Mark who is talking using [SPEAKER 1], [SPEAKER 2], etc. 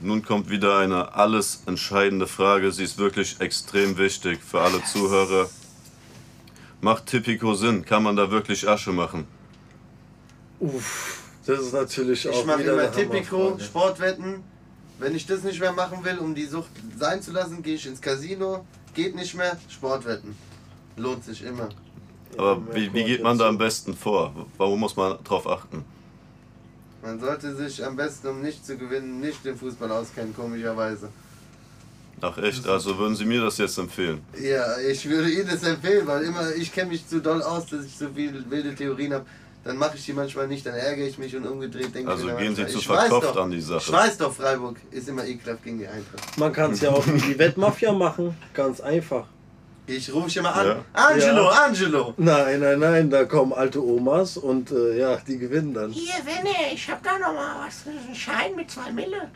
[SPEAKER 1] Nun kommt wieder eine alles entscheidende Frage. Sie ist wirklich extrem wichtig für alle Zuhörer. Macht Tipico Sinn? Kann man da wirklich Asche machen?
[SPEAKER 2] Uff, das ist natürlich auch
[SPEAKER 3] Ich mache
[SPEAKER 2] wieder
[SPEAKER 3] immer
[SPEAKER 2] eine
[SPEAKER 3] Tipico,
[SPEAKER 2] Hammerfrage.
[SPEAKER 3] Sportwetten. Wenn ich das nicht mehr machen will, um die Sucht sein zu lassen, gehe ich ins Casino. Geht nicht mehr, Sportwetten. Lohnt sich immer.
[SPEAKER 1] Aber wie, wie geht man da am besten vor? Warum muss man darauf achten?
[SPEAKER 3] Man sollte sich am besten, um nicht zu gewinnen, nicht den Fußball auskennen, komischerweise.
[SPEAKER 1] Ach echt, also würden Sie mir das jetzt empfehlen?
[SPEAKER 3] Ja, ich würde Ihnen das empfehlen, weil immer ich kenne mich zu doll aus, dass ich so viele wilde Theorien habe. Dann mache ich die manchmal nicht, dann ärgere ich mich und umgedreht denke
[SPEAKER 1] Also
[SPEAKER 3] ich mir,
[SPEAKER 1] gehen Sie
[SPEAKER 3] ich
[SPEAKER 1] zu
[SPEAKER 3] weiß
[SPEAKER 1] verkopft
[SPEAKER 3] doch,
[SPEAKER 1] an die Sache.
[SPEAKER 3] Ich weiß doch, Freiburg ist immer ekelhaft gegen die Eintracht.
[SPEAKER 2] Man kann es ja auch wie die Wettmafia machen, ganz einfach.
[SPEAKER 3] Ich rufe schon mal an.
[SPEAKER 1] Ja.
[SPEAKER 3] Angelo,
[SPEAKER 2] Ja.
[SPEAKER 3] Angelo!
[SPEAKER 2] Nein, nein, nein, da kommen alte Omas und äh, ja, die gewinnen dann.
[SPEAKER 4] Hier, Wenne, ich hab da noch mal was. Das ist ein Schein mit zwei Mille.